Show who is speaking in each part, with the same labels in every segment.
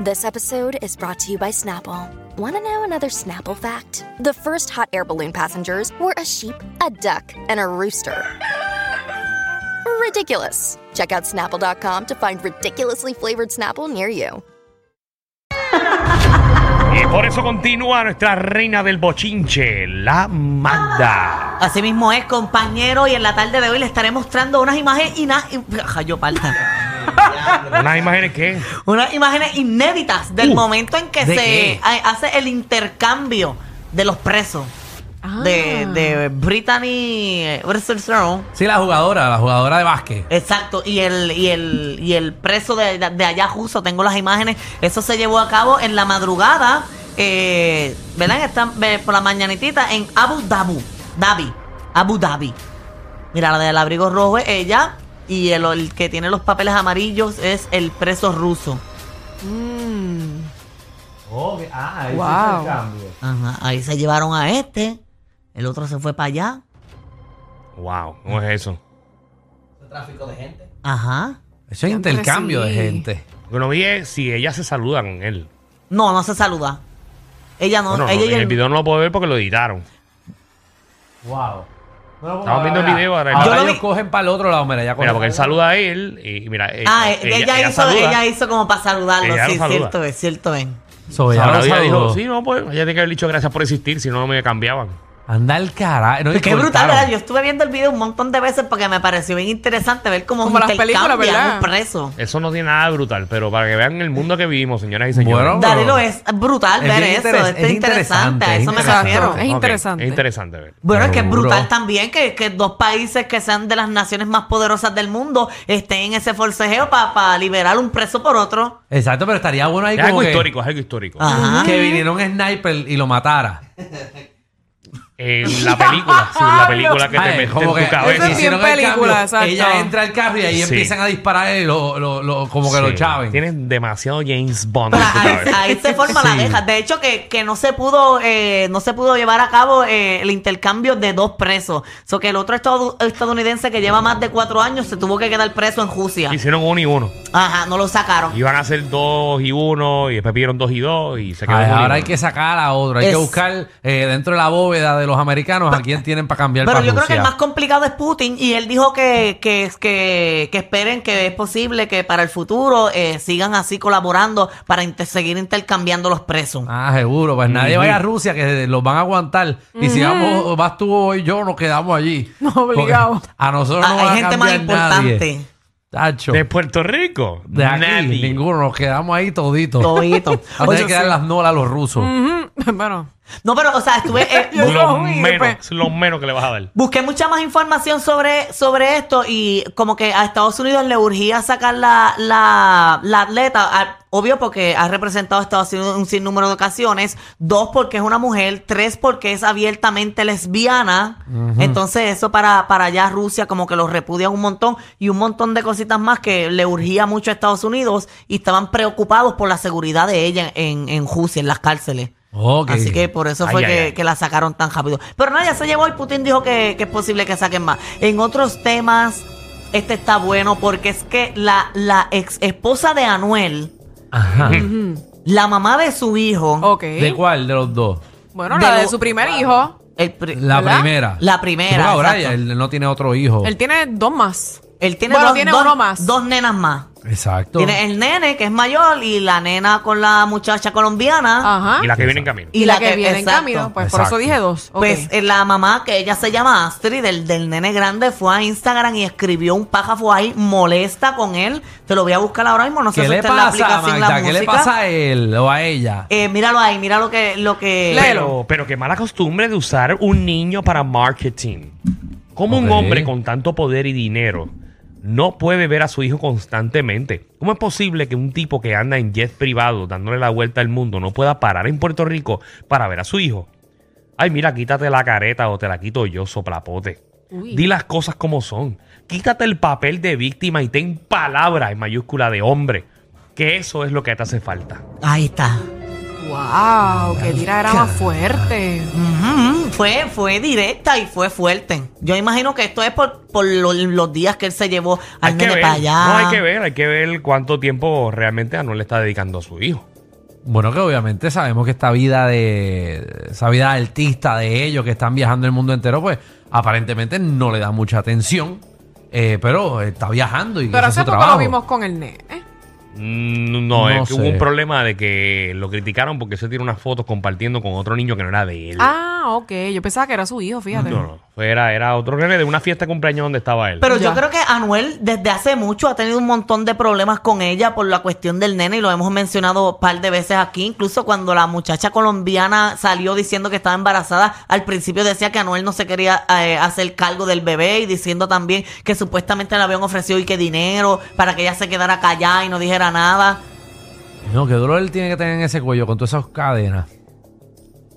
Speaker 1: This episode is brought to you by Snapple. Want to know another Snapple fact? The first hot air balloon passengers were a sheep, a duck, and a rooster. Ridiculous. Check out snapple.com to find ridiculously flavored Snapple near you.
Speaker 2: Y por eso continúa nuestra reina del bochinche, la Magda.
Speaker 3: Así mismo es, compañero, y en la tarde de hoy le estaré mostrando unas imágenes ina- Ay, yo parta.
Speaker 2: Unas imágenes que
Speaker 3: unas imágenes inéditas del
Speaker 2: Uh,
Speaker 3: momento en que
Speaker 2: ¿de
Speaker 3: se
Speaker 2: qué?
Speaker 3: ay, hace el intercambio de los presos
Speaker 2: Ah.
Speaker 3: de, de Brittany eh, versus Throne.
Speaker 4: Sí, la jugadora, la jugadora de básquet.
Speaker 3: Exacto, y el, y el, y el preso de, de allá justo, tengo las imágenes, eso se llevó a cabo en la madrugada, eh, ¿verdad? En esta- eh, por la mañanitita en Abu Dhabi, Dhabi, Abu Dhabi. Mira, la del abrigo rojo es ella y el, el que tiene los papeles amarillos es el preso ruso. Ajá, ahí se llevaron a este, el otro se fue para allá.
Speaker 2: Wow, ¿cómo es eso?
Speaker 3: Ajá.
Speaker 4: Eso es intercambio de gente.
Speaker 2: Lo que no vi es si ella se saluda con él.
Speaker 3: No, no se saluda. Ella no,
Speaker 2: Bueno, no,
Speaker 3: ella y
Speaker 2: en el
Speaker 3: el-
Speaker 2: video no lo puedo ver porque lo editaron.
Speaker 4: Wow.
Speaker 2: Estamos viendo el video ahora.
Speaker 4: Ahora
Speaker 3: Yo lo
Speaker 4: ellos
Speaker 3: vi-
Speaker 4: cogen para el otro lado, mira, ya
Speaker 2: Mira,
Speaker 4: cogen-
Speaker 2: porque él saluda a él y mira, eh, ella,
Speaker 3: Ah, ella, hizo,
Speaker 2: saluda.
Speaker 3: ella hizo como para saludarlo,
Speaker 2: Ella lo
Speaker 3: sí,
Speaker 2: saluda.
Speaker 3: cierto es, cierto es.
Speaker 4: So, ella
Speaker 2: Ahora
Speaker 4: lo
Speaker 2: ella
Speaker 4: saludó.
Speaker 2: dijo, sí, no, pues, ella tiene que haber dicho gracias por existir, si no, no me cambiaban.
Speaker 4: Anda el carajo. No, y
Speaker 3: Qué brutal,
Speaker 4: cortaron.
Speaker 3: ¿verdad? Yo estuve viendo el video un montón de veces porque me pareció bien interesante ver cómo
Speaker 5: Como las
Speaker 3: intercambian
Speaker 5: películas, ¿verdad?
Speaker 3: un preso.
Speaker 2: Eso no tiene nada de brutal, pero para que vean el mundo que vivimos, señoras y señores.
Speaker 4: Bueno,
Speaker 3: Dale,
Speaker 4: pero-
Speaker 3: lo es brutal
Speaker 4: Es
Speaker 3: ver
Speaker 4: bien
Speaker 3: eso,
Speaker 4: interes-
Speaker 3: este es
Speaker 4: es
Speaker 3: interesante,
Speaker 4: interesante,
Speaker 3: a
Speaker 4: es
Speaker 3: eso me
Speaker 5: interesante.
Speaker 3: refiero.
Speaker 5: Es
Speaker 2: Ok,
Speaker 5: interesante.
Speaker 2: es interesante ver.
Speaker 3: Bueno, es que es
Speaker 4: Seguro.
Speaker 3: brutal también que, que dos países que sean de las naciones más poderosas del mundo estén en ese forcejeo para liberar un preso por otro.
Speaker 4: Exacto, pero estaría bueno ahí
Speaker 2: Es
Speaker 4: como
Speaker 2: algo
Speaker 4: que,
Speaker 2: histórico, es algo histórico.
Speaker 3: Ajá.
Speaker 4: que viniera un sniper y lo matara.
Speaker 2: En la película, sí, en la película que te
Speaker 4: Ay,
Speaker 2: metes
Speaker 4: como
Speaker 2: en tu
Speaker 4: que-
Speaker 2: cabeza.
Speaker 5: Eso es bien
Speaker 4: hicieron el
Speaker 5: película,
Speaker 4: cambio,
Speaker 5: exacto.
Speaker 4: Ella entra al carro y ahí
Speaker 2: Sí.
Speaker 4: empiezan a disparar y lo, lo- lo- como que lo
Speaker 2: Sí,
Speaker 4: chaven.
Speaker 2: Tienes demasiado James Bond en
Speaker 3: Pero
Speaker 2: tu
Speaker 3: ahí,
Speaker 2: cabeza.
Speaker 3: ahí se forma la
Speaker 4: Sí.
Speaker 3: deja. De hecho, que, que no se pudo eh, no se pudo llevar a cabo eh, el intercambio de dos presos. So que el otro estadu- estadounidense que lleva más de cuatro años se tuvo que quedar preso en Rusia.
Speaker 2: Hicieron uno y uno.
Speaker 3: Ajá, no lo sacaron.
Speaker 2: Iban a hacer dos y uno, y después pidieron dos y dos, y se quedó
Speaker 4: Ay,
Speaker 2: uno y
Speaker 4: Ah, ahora
Speaker 2: uno.
Speaker 4: hay que sacar a otro. Hay
Speaker 3: Es-
Speaker 4: que buscar eh, dentro de la bóveda de los americanos a quién tienen para cambiar
Speaker 3: Pero
Speaker 4: para
Speaker 3: yo creo que el
Speaker 4: Rusia.
Speaker 3: más complicado es Putin y él dijo que, que, que, que esperen que es posible que para el futuro eh, sigan así colaborando para inter- seguir intercambiando los presos.
Speaker 4: Ah, seguro. Pues nadie
Speaker 2: Ujú.
Speaker 4: vaya a Rusia, que los van a aguantar. Y si vamos, vas tú o voy yo, nos quedamos allí.
Speaker 5: No, obligado.
Speaker 4: Porque A nosotros
Speaker 3: Ah,
Speaker 4: no
Speaker 3: hay
Speaker 4: va a
Speaker 3: gente más
Speaker 4: cambiar
Speaker 3: importante.
Speaker 4: nadie. Tacho,
Speaker 2: De
Speaker 4: de,
Speaker 2: Puerto Rico.
Speaker 4: aquí,
Speaker 2: Nadie.
Speaker 4: ninguno. Nos quedamos ahí toditos.
Speaker 3: Todito.
Speaker 4: Ahora hay
Speaker 3: Oye,
Speaker 4: que dar las nolas a los rusos.
Speaker 5: Ujú. Bueno,
Speaker 3: No, pero, o sea, estuve... eh,
Speaker 5: Yo
Speaker 2: Lo
Speaker 5: cogí,
Speaker 2: menos,
Speaker 5: después-
Speaker 2: lo menos que le vas a dar.
Speaker 3: Busqué mucha más información sobre, sobre esto y como que a Estados Unidos le urgía sacar la, la, la atleta, a- obvio porque ha representado a Estados Unidos en un sinnúmero de ocasiones, dos porque es una mujer, tres porque es abiertamente lesbiana, entonces eso para, para allá Rusia como que lo repudia un montón y un montón de cositas más que le urgía mucho a Estados Unidos y estaban preocupados por la seguridad de ella en, en Rusia, en las cárceles.
Speaker 4: Ok.
Speaker 3: Así que por eso
Speaker 2: Ay,
Speaker 3: fue
Speaker 2: ay,
Speaker 3: que,
Speaker 2: ay.
Speaker 3: que la sacaron tan rápido. Pero nada, ya se llevó y Putin dijo que, que es posible que saquen más. En otros temas, este está bueno porque es que la, la ex esposa de Anuel,
Speaker 4: Ajá.
Speaker 3: la mamá de su hijo,
Speaker 5: ok.
Speaker 4: ¿De cuál de los dos?
Speaker 5: Bueno,
Speaker 3: de
Speaker 5: la de
Speaker 3: lo-
Speaker 5: su primer hijo.
Speaker 3: el pri-
Speaker 4: La
Speaker 5: ¿Verdad?
Speaker 4: primera.
Speaker 3: La primera,
Speaker 4: Porque Ahora
Speaker 3: exacto.
Speaker 4: ya él no tiene otro hijo.
Speaker 5: Él tiene dos más.
Speaker 3: él tiene,
Speaker 5: Bueno,
Speaker 3: dos,
Speaker 5: tiene
Speaker 3: dos-
Speaker 5: uno más.
Speaker 3: dos nenas más.
Speaker 4: Exacto.
Speaker 3: Tiene el nene que es mayor y la nena con la muchacha colombiana.
Speaker 5: Ajá.
Speaker 2: Y la que viene en camino.
Speaker 5: Y la, que, viene en
Speaker 3: Ah. exacto.
Speaker 5: camino. Pues por
Speaker 4: Exacto.
Speaker 5: eso dije dos. Ok.
Speaker 3: Pues eh, la mamá, que ella se llama Astrid, del, del nene grande, fue a Instagram y escribió un pájaro ahí molesta con él. Te lo voy a buscar ahora mismo. No sé
Speaker 4: ¿Qué
Speaker 3: si
Speaker 4: le
Speaker 3: usted la
Speaker 4: pasa a
Speaker 3: aplicación la
Speaker 4: Magda? ¿Qué le
Speaker 3: música.
Speaker 4: pasa a él o a ella?
Speaker 3: Eh, míralo ahí, mira lo que... Lo que
Speaker 5: Léelo.
Speaker 2: Pero, pero qué mala costumbre de usar un niño para marketing. ¿Cómo un
Speaker 4: Ok.
Speaker 2: hombre con tanto poder y dinero no puede ver a su hijo constantemente. ¿Cómo es posible que un tipo que anda en jet privado dándole la vuelta al mundo no pueda parar en Puerto Rico para ver a su hijo? Ay, mira, quítate la careta o te la quito yo, soplapote.
Speaker 5: Uy.
Speaker 2: Di las cosas como son. Quítate el papel de víctima y ten palabra en mayúscula de hombre. Que eso es lo que te hace falta.
Speaker 3: Ahí está.
Speaker 5: Wow, qué tira era más fuerte.
Speaker 3: Ujú, Fue, fue directa y fue fuerte. Yo imagino que esto es por, por lo- los días que él se llevó al
Speaker 2: hay que
Speaker 3: nene
Speaker 2: ver.
Speaker 3: para allá.
Speaker 2: No, hay que ver, hay que ver cuánto tiempo realmente Anuel le está dedicando a su hijo.
Speaker 4: Bueno, que obviamente sabemos que esta vida de. Esa vida de artista de ellos que están viajando el mundo entero, pues aparentemente no le da mucha atención. eh, pero está viajando y
Speaker 5: Pero
Speaker 4: ese
Speaker 5: hace
Speaker 4: es su
Speaker 5: poco
Speaker 4: trabajo.
Speaker 5: lo vimos con el nene.
Speaker 2: Mm, No,
Speaker 4: No
Speaker 2: es que hubo
Speaker 4: sé.
Speaker 2: un problema de que lo criticaron porque se tiró unas fotos compartiendo con otro niño que no era de él.
Speaker 5: Ah, ok. Yo pensaba que era su hijo,
Speaker 2: no,
Speaker 5: fíjate.
Speaker 2: no, fue- era, era otro nene de una fiesta de cumpleaños donde estaba él.
Speaker 3: Pero yo
Speaker 5: Ya.
Speaker 3: creo que Anuel desde hace mucho ha tenido un montón de problemas con ella por la cuestión del nene y lo hemos mencionado un par de veces aquí. Incluso cuando la muchacha colombiana salió diciendo que estaba embarazada, al principio decía que Anuel no se quería eh, hacer cargo del bebé y diciendo también que supuestamente le habían ofrecido y que dinero para que ella se quedara callada y no dijera nada.
Speaker 4: No, qué dolor él tiene que tener en ese cuello con todas esas cadenas.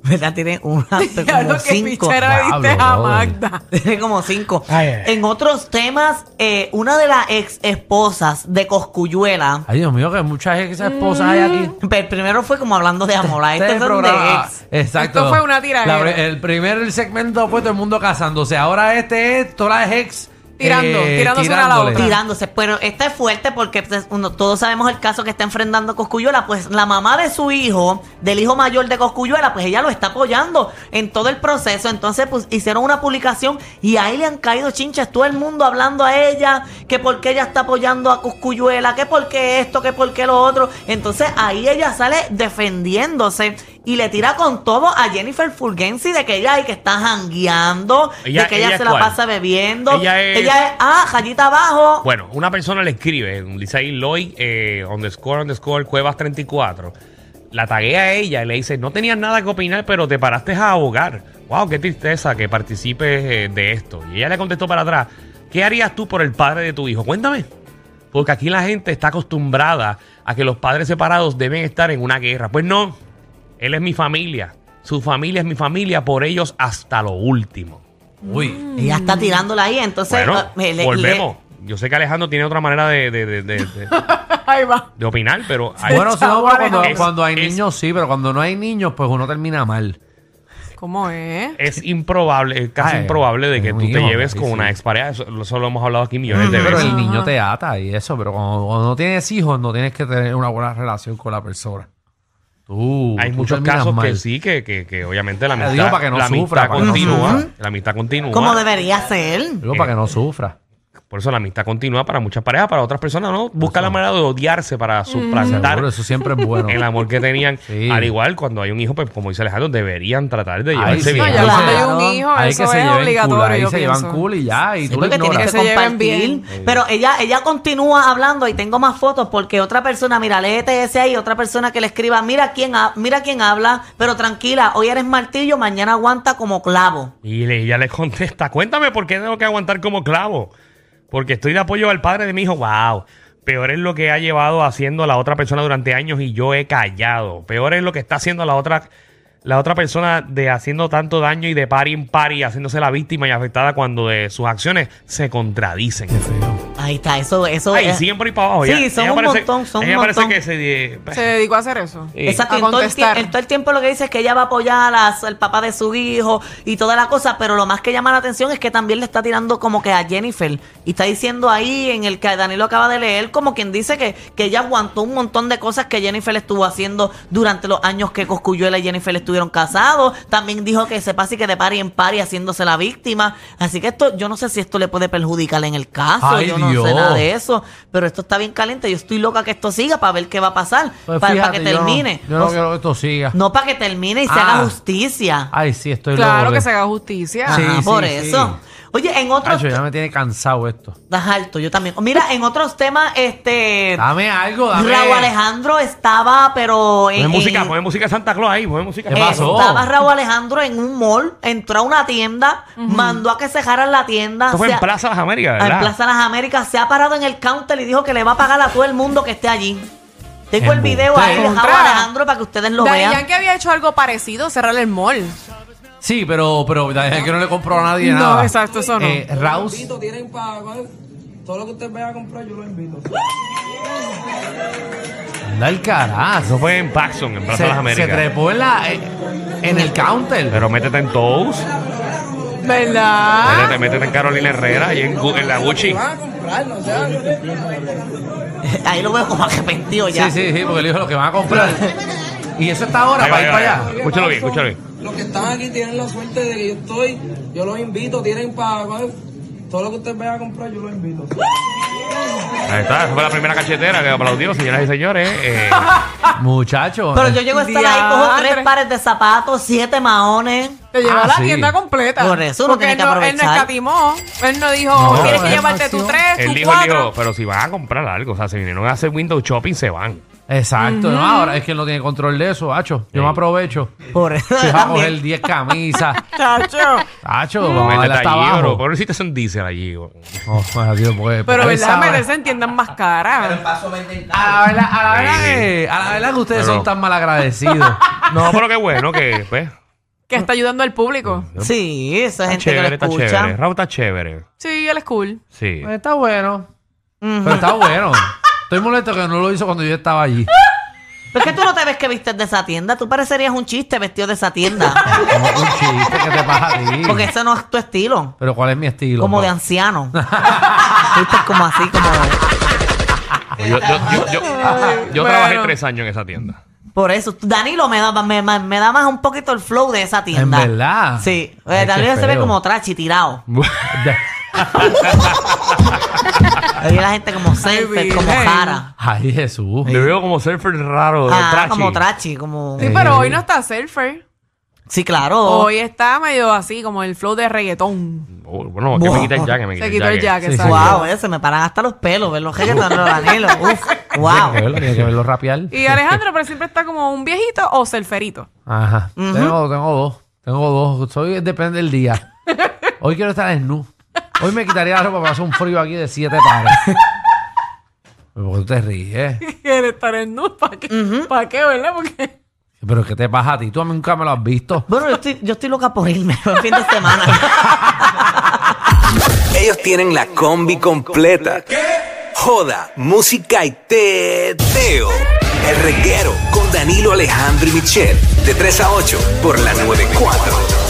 Speaker 3: ¿Verdad? Tiene una, como
Speaker 5: Claro que
Speaker 3: cinco.
Speaker 5: pichera
Speaker 4: Diablo,
Speaker 5: diste a
Speaker 4: brother.
Speaker 5: Magda.
Speaker 3: Tiene como cinco.
Speaker 2: Ay, ay, ay.
Speaker 3: En otros temas, eh, una de las ex esposas de Coscuyuela.
Speaker 4: Ay, Dios mío, que muchas esas esposas hay aquí.
Speaker 5: Mm-hmm.
Speaker 3: Pero primero fue como hablando de amor.
Speaker 5: Ah,
Speaker 3: a
Speaker 4: Este
Speaker 3: Estos son de
Speaker 4: programa-
Speaker 3: ex.
Speaker 4: Exacto.
Speaker 5: Esto fue una tiradera.
Speaker 4: La pri- el primer segmento fue todo el mundo casándose. Ahora este es todas las ex. eh,
Speaker 5: Tirando, tirándose una a la
Speaker 4: tirándole.
Speaker 5: otra.
Speaker 3: Tirándose. Pero esta es fuerte porque pues, uno- todos sabemos el caso que está enfrentando Coscuyuela. Pues la mamá de su hijo, del hijo mayor de Coscuyuela, pues ella lo está apoyando en todo el proceso. Entonces, pues hicieron una publicación y ahí le han caído chinches todo el mundo hablando a ella, que por qué ella está apoyando a Coscuyuela, que por qué esto, que por qué lo otro. Entonces ahí ella sale defendiéndose. Y le tira con todo a Jennifer Fulgensi de que ella ahí que está jangueando,
Speaker 2: Ella-
Speaker 3: de que ella,
Speaker 2: ella
Speaker 3: se
Speaker 2: es
Speaker 3: la
Speaker 2: cuál?
Speaker 3: pasa bebiendo.
Speaker 2: Ella es-
Speaker 3: ella es ah, rayita abajo.
Speaker 2: Bueno, una persona le escribe, Lisay Loy, eh, underscore, underscore, cuevas 34. La taguea a ella y le dice, no tenías nada que opinar, pero te paraste a abogar. Wow, qué tristeza que participes eh, de esto. Y ella le contestó para atrás, ¿qué harías tú por el padre de tu hijo? Cuéntame. Porque aquí la gente está acostumbrada a que los padres separados deben estar en una guerra. Pues no, él es mi familia. Su familia es mi familia, por ellos hasta lo último.
Speaker 4: Uy.
Speaker 3: Ella está tirándola ahí, entonces
Speaker 2: Bueno,
Speaker 3: ah, me- le-
Speaker 2: volvemos. Yo sé que Alejandro tiene otra manera de- de- de- de- de,
Speaker 5: Ahí va.
Speaker 2: de opinar, pero hay-
Speaker 4: Bueno, sí, no, pero cuando,
Speaker 2: Es-
Speaker 4: cuando hay
Speaker 2: es-
Speaker 4: niños, sí, pero cuando no hay niños, pues uno termina mal.
Speaker 5: ¿Cómo es?
Speaker 2: es improbable, es casi
Speaker 4: Ay,
Speaker 2: improbable de que
Speaker 4: es
Speaker 2: tú
Speaker 4: un
Speaker 2: te
Speaker 4: hijo,
Speaker 2: lleves con
Speaker 4: sí,
Speaker 2: una
Speaker 4: sí.
Speaker 2: expareja. Eso, eso lo hemos hablado aquí millones de
Speaker 4: Pero
Speaker 2: veces.
Speaker 4: el niño te ata y eso, pero cuando, cuando no tienes hijos, no tienes que tener una buena relación con la persona. Tú,
Speaker 2: Hay
Speaker 4: tú
Speaker 2: muchos
Speaker 4: terminas
Speaker 2: casos
Speaker 4: mal.
Speaker 2: que sí, que, que, que obviamente la
Speaker 4: Digo,
Speaker 2: amistad,
Speaker 4: para que no
Speaker 2: la
Speaker 4: sufra, pues.
Speaker 2: amistad
Speaker 4: para que no
Speaker 2: continúa.
Speaker 4: sufra.
Speaker 2: La amistad continúa.
Speaker 3: como debería ser.
Speaker 4: Digo,
Speaker 2: eh,
Speaker 4: para que no sufra.
Speaker 2: Por eso la amistad continúa para muchas parejas, para otras personas, ¿no? Busca la manera de odiarse para
Speaker 5: Mm.
Speaker 2: suplantar
Speaker 4: Seguro, eso siempre es bueno.
Speaker 2: el amor que tenían.
Speaker 4: Sí.
Speaker 2: Al igual, cuando hay un hijo, pues como dice Alejandro, deberían tratar de
Speaker 4: Ay,
Speaker 2: llevarse
Speaker 4: sí,
Speaker 5: No,
Speaker 2: bien.
Speaker 5: ya
Speaker 3: Claro.
Speaker 5: cuando hay un hijo,
Speaker 4: Hay
Speaker 5: eso
Speaker 4: que se
Speaker 5: es
Speaker 4: lleven cool,
Speaker 5: obligatorio,
Speaker 4: ahí
Speaker 5: yo
Speaker 4: se
Speaker 5: pienso.
Speaker 4: llevan cool y ya, y
Speaker 3: Sí,
Speaker 4: tú lo
Speaker 3: porque tienes que
Speaker 4: ignoras.
Speaker 5: Que se lleven
Speaker 3: compartir.
Speaker 5: bien.
Speaker 3: Pero ella, ella continúa hablando y tengo más fotos porque otra persona, mira, léete ese ahí, otra persona que le escriba, mira quién, ha- mira quién habla, pero tranquila, hoy eres martillo, mañana aguanta como clavo.
Speaker 2: Y le- ella le contesta, cuéntame por qué tengo que aguantar como clavo. Porque estoy de apoyo al padre de mi hijo. Wow. Peor es lo que ha llevado haciendo la otra persona durante años y yo he callado. Peor es lo que está haciendo la otra, la otra persona de haciendo tanto daño y de par en par y haciéndose la víctima y afectada cuando de sus acciones se contradicen.
Speaker 3: Ahí está, eso, eso
Speaker 2: Ay,
Speaker 3: es-
Speaker 2: siguen por ahí para abajo.
Speaker 3: eh. Sí,
Speaker 2: Ella-
Speaker 3: son
Speaker 2: ella
Speaker 3: un
Speaker 2: parece-
Speaker 3: montón, son un
Speaker 2: ella parece
Speaker 3: montón.
Speaker 2: que se... pues,
Speaker 5: Se dedicó a hacer eso.
Speaker 2: eh,
Speaker 3: Exacto,
Speaker 5: a
Speaker 3: y en todo, el tie-
Speaker 5: contestar.
Speaker 3: en todo el tiempo lo que dice es que ella va a apoyar a su- al papá de su hijo y toda la cosa, pero lo más que llama la atención es que también le está tirando como que a Jennifer y está diciendo ahí en el que Danilo acaba de leer como quien dice que, que ella aguantó un montón de cosas que Jennifer estuvo haciendo durante los años que Coscuyuela y Jennifer estuvieron casados, también dijo que se pase que de pari en pari haciéndose la víctima, así que esto yo no sé si esto le puede perjudicar en el caso,
Speaker 4: Ay,
Speaker 3: yo no sé
Speaker 4: Dios.
Speaker 3: nada de eso, pero esto está bien caliente, yo estoy loca que esto siga para ver qué va a pasar,
Speaker 4: Pues
Speaker 3: para,
Speaker 4: fíjate,
Speaker 3: que
Speaker 4: yo no-
Speaker 3: termine.
Speaker 4: Yo no,
Speaker 3: O sea,
Speaker 4: quiero que esto siga.
Speaker 3: no para que termine y se
Speaker 4: Ah.
Speaker 3: haga justicia.
Speaker 4: Ay, sí, estoy
Speaker 5: Claro
Speaker 4: loco.
Speaker 5: que se haga justicia.
Speaker 4: Sí,
Speaker 3: Ajá, por
Speaker 4: sí,
Speaker 3: eso. Oye, en otros...
Speaker 4: Cacho, ya me tiene cansado esto.
Speaker 3: Estás alto, yo también. Mira, en otros temas, este...
Speaker 4: Dame algo, dame.
Speaker 3: Raúl Alejandro estaba, pero... en-
Speaker 2: Ponen música,
Speaker 3: en-
Speaker 2: ponen música de Santa Claus ahí, ponen música.
Speaker 4: Pues ¿Qué
Speaker 3: Eh,
Speaker 4: pasó?
Speaker 3: Estaba Raúl Alejandro en un mall, entró a una tienda, mandó a que cerraran la tienda.
Speaker 2: Esto fue
Speaker 3: se
Speaker 2: en
Speaker 3: ha-
Speaker 2: Plaza Las Américas,
Speaker 3: Ah, en
Speaker 2: ¿verdad?
Speaker 3: Plaza Las Américas, se ha parado en el counter y dijo que le va a pagar a todo el mundo que esté allí. Tengo el video ahí de Raúl
Speaker 5: Contra.
Speaker 3: Alejandro para que ustedes lo
Speaker 5: Daddy
Speaker 3: vean.
Speaker 5: Yankee había hecho algo parecido, cerrar el mall.
Speaker 4: Sí, pero, pero es que no le compró a nadie
Speaker 5: No,
Speaker 4: nada.
Speaker 5: exacto, eso no.
Speaker 4: Eh, Raus,
Speaker 6: invito, tienen para todo lo que usted vaya a comprar, yo lo invito.
Speaker 4: anda al carajo.
Speaker 2: Eso fue en Paxson, en Plaza
Speaker 4: Se,
Speaker 2: Las
Speaker 4: se
Speaker 2: Américas.
Speaker 4: trepó en, la, eh, en el counter.
Speaker 2: Pero métete en Toast,
Speaker 5: ¿Verdad?
Speaker 4: Ah.
Speaker 2: métete, métete en Carolina Herrera y en, Gu- en la Gucci.
Speaker 6: Van a comprar, no sé.
Speaker 3: Ahí lo veo como arrepentido ya.
Speaker 4: sí, sí, sí, porque le dijo lo que van a comprar. y eso está ahora,
Speaker 2: Ahí va,
Speaker 4: para ir
Speaker 2: ahí va,
Speaker 4: para
Speaker 2: ahí
Speaker 4: allá.
Speaker 2: va. Escúchalo bien, escúchalo bien.
Speaker 6: Los que están aquí tienen la suerte de que yo estoy, yo los invito, tienen para todo lo que usted vaya a comprar, yo lo invito.
Speaker 2: Ahí está, esa fue la primera cachetera que aplaudieron, señoras y señores. Eh,
Speaker 4: Muchachos.
Speaker 3: Pero yo llego a estar ahí, cojo
Speaker 5: Diantre.
Speaker 3: tres pares de zapatos, siete maones.
Speaker 5: Te llevó
Speaker 4: Ah,
Speaker 5: a la
Speaker 4: sí.
Speaker 5: tienda completa.
Speaker 3: Por eso uno
Speaker 5: Porque
Speaker 3: tiene que
Speaker 5: él no- Él no
Speaker 3: aprovechar.
Speaker 5: escatimó. Él no dijo,
Speaker 4: No,
Speaker 5: tienes
Speaker 4: él
Speaker 5: que llevarte tu
Speaker 4: nació-
Speaker 5: tres,
Speaker 2: él
Speaker 5: tu
Speaker 2: dijo, él
Speaker 5: cuatro.
Speaker 2: dijo, pero si van a comprar algo, o sea, se vinieron a hacer window shopping, se van.
Speaker 4: Exacto, ¿no? Ahora es que él no tiene control de eso, Hacho. Yo me aprovecho.
Speaker 3: Por eso
Speaker 4: Se va a
Speaker 3: también.
Speaker 4: coger 10 camisas.
Speaker 5: Chacho.
Speaker 4: Hacho,
Speaker 2: Métete
Speaker 4: vamos a hasta
Speaker 2: allí, bro.
Speaker 4: abajo.
Speaker 2: Por eso son diésel allí. bro.
Speaker 4: Oh, bueno, Dios, pues,
Speaker 5: Pero
Speaker 4: él
Speaker 5: verdad
Speaker 4: sabe.
Speaker 5: merecen tiendas más caras.
Speaker 4: A la verdad, a la verdad
Speaker 2: Sí.
Speaker 4: que, a la verdad que ustedes
Speaker 2: Pero-
Speaker 4: son tan malagradecidos.
Speaker 2: No, pero qué bueno que, pues.
Speaker 5: Que está ayudando al público.
Speaker 3: Sí, esa
Speaker 2: Está
Speaker 3: gente que
Speaker 2: chévere,
Speaker 3: lo
Speaker 2: está
Speaker 3: escucha.
Speaker 2: chévere. Raúl está chévere.
Speaker 5: Sí, él es cool.
Speaker 2: Sí.
Speaker 4: Pues está bueno. Pero está bueno. Estoy molesto que no lo hizo cuando yo estaba allí.
Speaker 3: ¿Por qué tú no te ves que vistes de esa tienda? Tú parecerías un chiste vestido de esa tienda.
Speaker 4: Como un chiste que te pasa a ti.
Speaker 3: Porque ese no es tu estilo.
Speaker 4: Pero ¿cuál es mi estilo?
Speaker 3: Como de
Speaker 4: Pues,
Speaker 3: anciano. Viste como así, como.
Speaker 2: Yo, yo, yo, yo- yo
Speaker 5: bueno.
Speaker 2: trabajé tres años en esa tienda.
Speaker 3: Por eso. Danilo me da, me, me- me da más un poquito el flow de esa tienda.
Speaker 4: En verdad.
Speaker 3: Sí. Eh,
Speaker 4: Ay, qué
Speaker 3: Danilo se ve
Speaker 4: feo.
Speaker 3: como trachi tirado.
Speaker 4: Ya.
Speaker 3: Ahí la gente como selfie,
Speaker 5: virgen.
Speaker 3: como cara.
Speaker 4: Ay, Jesús.
Speaker 2: Le veo como surfer raro,
Speaker 3: Ah,
Speaker 2: trachi.
Speaker 3: como trachi, como.
Speaker 5: Sí, pero hoy no está surfer.
Speaker 3: Sí, claro.
Speaker 5: Hoy está medio así, como el flow de reggaetón.
Speaker 2: Oh, bueno, que me quita el jacket, me quita
Speaker 5: Se quitó el jacket.
Speaker 4: Sí, sí.
Speaker 5: exacto.
Speaker 3: Wow, eh, se me paran hasta los pelos ver los reggaetoneros Danilo. Uf, wow.
Speaker 4: Tiene que verlo, tiene que verlo rapear.
Speaker 5: Y Alejandro, pero siempre está como un viejito o surferito.
Speaker 4: Ajá. tengo, tengo dos. Tengo dos. Soy, depende del día. Hoy quiero estar desnudo. Hoy me quitaría la ropa para hacer un frío aquí de siete pares. Pero ¿Por qué te ríes?
Speaker 5: Quiere estar en nude, ¿para qué? ¿Para qué, verdad? Porque
Speaker 4: ¿Pero qué te pasa a ti? Tú a mí nunca me lo has visto.
Speaker 3: Bueno, yo estoy, yo estoy loca por irme el fin de semana.
Speaker 7: Ellos tienen la combi completa. Joda, música y teo. El reguero con Danilo Alejandro y Michel. De 3 a 8 por la 94.